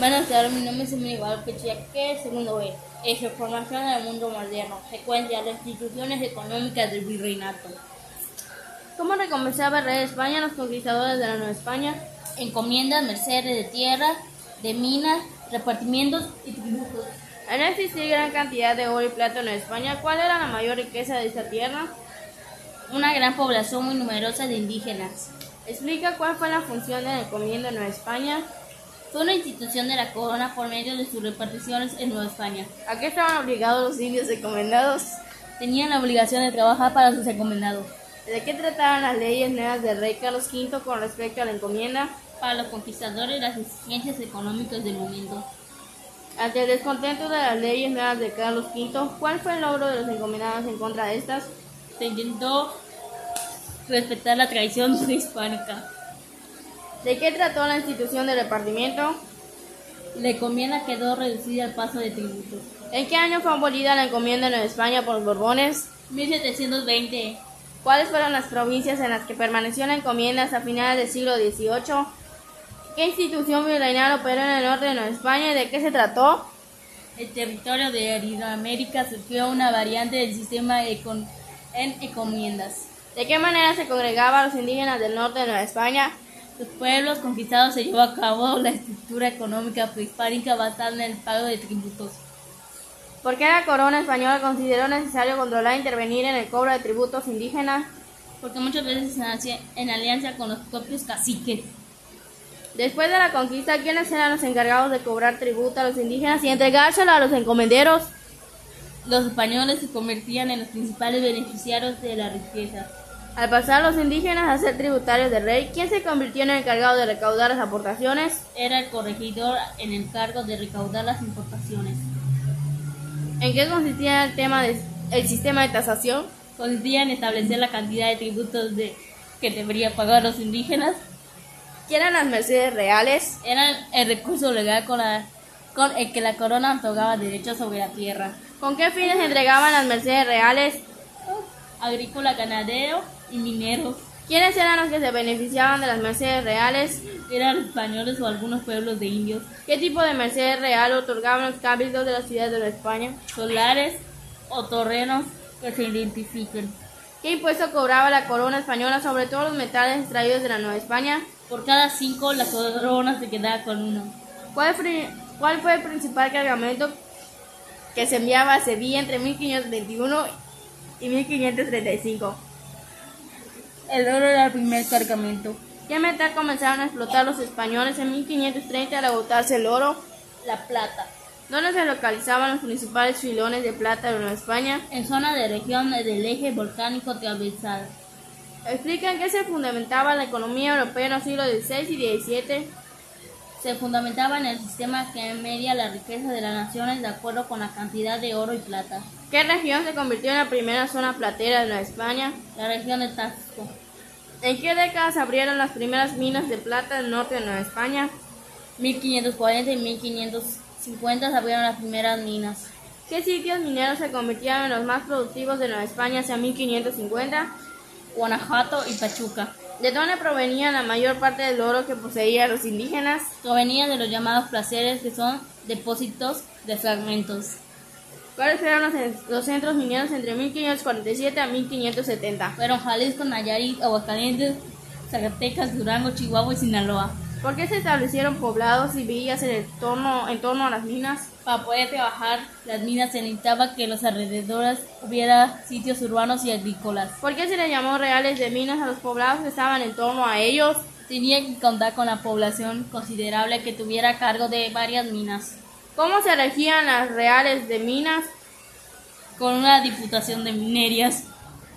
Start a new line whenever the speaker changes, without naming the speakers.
Van a ser mi nombre es igual que Cheque, segundo B. Ello, formación del mundo moderno, secuencia, las instituciones económicas del virreinato. ¿Cómo recompensaba el rey de España a los conquistadores de la Nueva España? Encomiendas, mercedes de tierra, de minas, repartimientos y tributos.
Al no existir gran cantidad de oro y plata en España, ¿cuál era la mayor riqueza de esta tierra?
Una gran población muy numerosa de indígenas.
Explica cuál fue la función de la encomienda en Nueva España.
Fue una institución de la corona por medio de sus reparticiones en Nueva España.
¿A qué estaban obligados los indios encomendados?
Tenían la obligación de trabajar para sus encomendados.
¿De qué trataban las leyes nuevas del rey Carlos V con respecto a la encomienda?
Para los conquistadores las exigencias económicas del momento.
Ante el descontento de las leyes nuevas de Carlos V, ¿cuál fue el logro de los encomendados en contra de estas?
Se intentó respetar la tradición hispánica.
¿De qué trató la institución de repartimiento?
La encomienda quedó reducida al paso de tributos.
¿En qué año fue abolida la encomienda en España por los Borbones?
1720.
¿Cuáles fueron las provincias en las que permaneció la encomienda hasta finales del siglo XVIII? ¿Qué institución virreinal operó en el norte de Nueva España y de qué se trató?
El territorio de América surgió una variante del sistema en encomiendas.
¿De qué manera se congregaba a los indígenas del norte de Nueva España?
Los pueblos conquistados se llevó a cabo la estructura económica prehispánica basada en el pago de tributos.
¿Por qué la corona española consideró necesario controlar e intervenir en el cobro de tributos indígenas?
Porque muchas veces se hacía en alianza con los propios caciques.
Después de la conquista, ¿quiénes eran los encargados de cobrar tributo a los indígenas y entregárselo a los encomenderos?
Los españoles se convertían en los principales beneficiarios de la riqueza.
Al pasar los indígenas a ser tributarios del rey, ¿quién se convirtió en el encargado de recaudar las aportaciones?
Era el corregidor en el cargo de recaudar las importaciones.
¿En qué consistía el, tema de, el sistema de tasación?
Consistía en establecer la cantidad de tributos de, que deberían pagar los indígenas.
¿Qué eran las mercedes reales?
Eran el recurso legal con, la, con el que la corona otorgaba derechos sobre la tierra.
¿Con qué fines entregaban las mercedes reales?
Agrícola, ganadero, y mineros.
¿Quiénes eran los que se beneficiaban de las mercedes reales?
Eran los españoles o algunos pueblos de indios.
¿Qué tipo de merced real otorgaban los cabildos de las ciudades de la España?
Solares o terrenos que se identifiquen.
¿Qué impuesto cobraba la corona española sobre todos los metales extraídos de la Nueva España?
Por cada cinco, la corona se quedaba con uno.
¿Cuál, cuál fue el principal cargamento que se enviaba a Sevilla entre 1521 y 1535?
El oro era el primer cargamento.
¿Qué metal comenzaron a explotar los españoles en 1530 al agotarse el oro?
La plata.
¿Dónde se localizaban los principales filones de plata de Nueva España?
En zona de región del eje volcánico tropizal.
Explica en qué se fundamentaba la economía europea en los siglos XVI y XVII.
Se fundamentaba en el sistema que media la riqueza de las naciones de acuerdo con la cantidad de oro y plata.
¿Qué región se convirtió en la primera zona platera de Nueva España?
La región de Tasco.
¿En qué décadas abrieron las primeras minas de plata del norte de Nueva España?
1540 y 1550 se abrieron las primeras minas.
¿Qué sitios mineros se convirtieron en los más productivos de Nueva España hacia 1550?
Guanajuato y Pachuca.
¿De dónde provenía la mayor parte del oro que poseían los indígenas?
Provenía de los llamados placeres, que son depósitos de fragmentos.
¿Cuáles fueron los, los, centros mineros entre 1547 a 1570?
Fueron Jalisco, Nayarit, Aguascalientes, Zacatecas, Durango, Chihuahua y Sinaloa.
¿Por qué se establecieron poblados y villas en, el torno, en torno a las minas?
Para poder trabajar las minas se necesitaba que en los alrededores hubiera sitios urbanos y agrícolas.
¿Por qué se les llamó reales de minas a los poblados que estaban en torno a ellos?
Tenían que contar con la población considerable que tuviera cargo de varias minas.
¿Cómo se regían las reales de minas?
Con una diputación de minerias.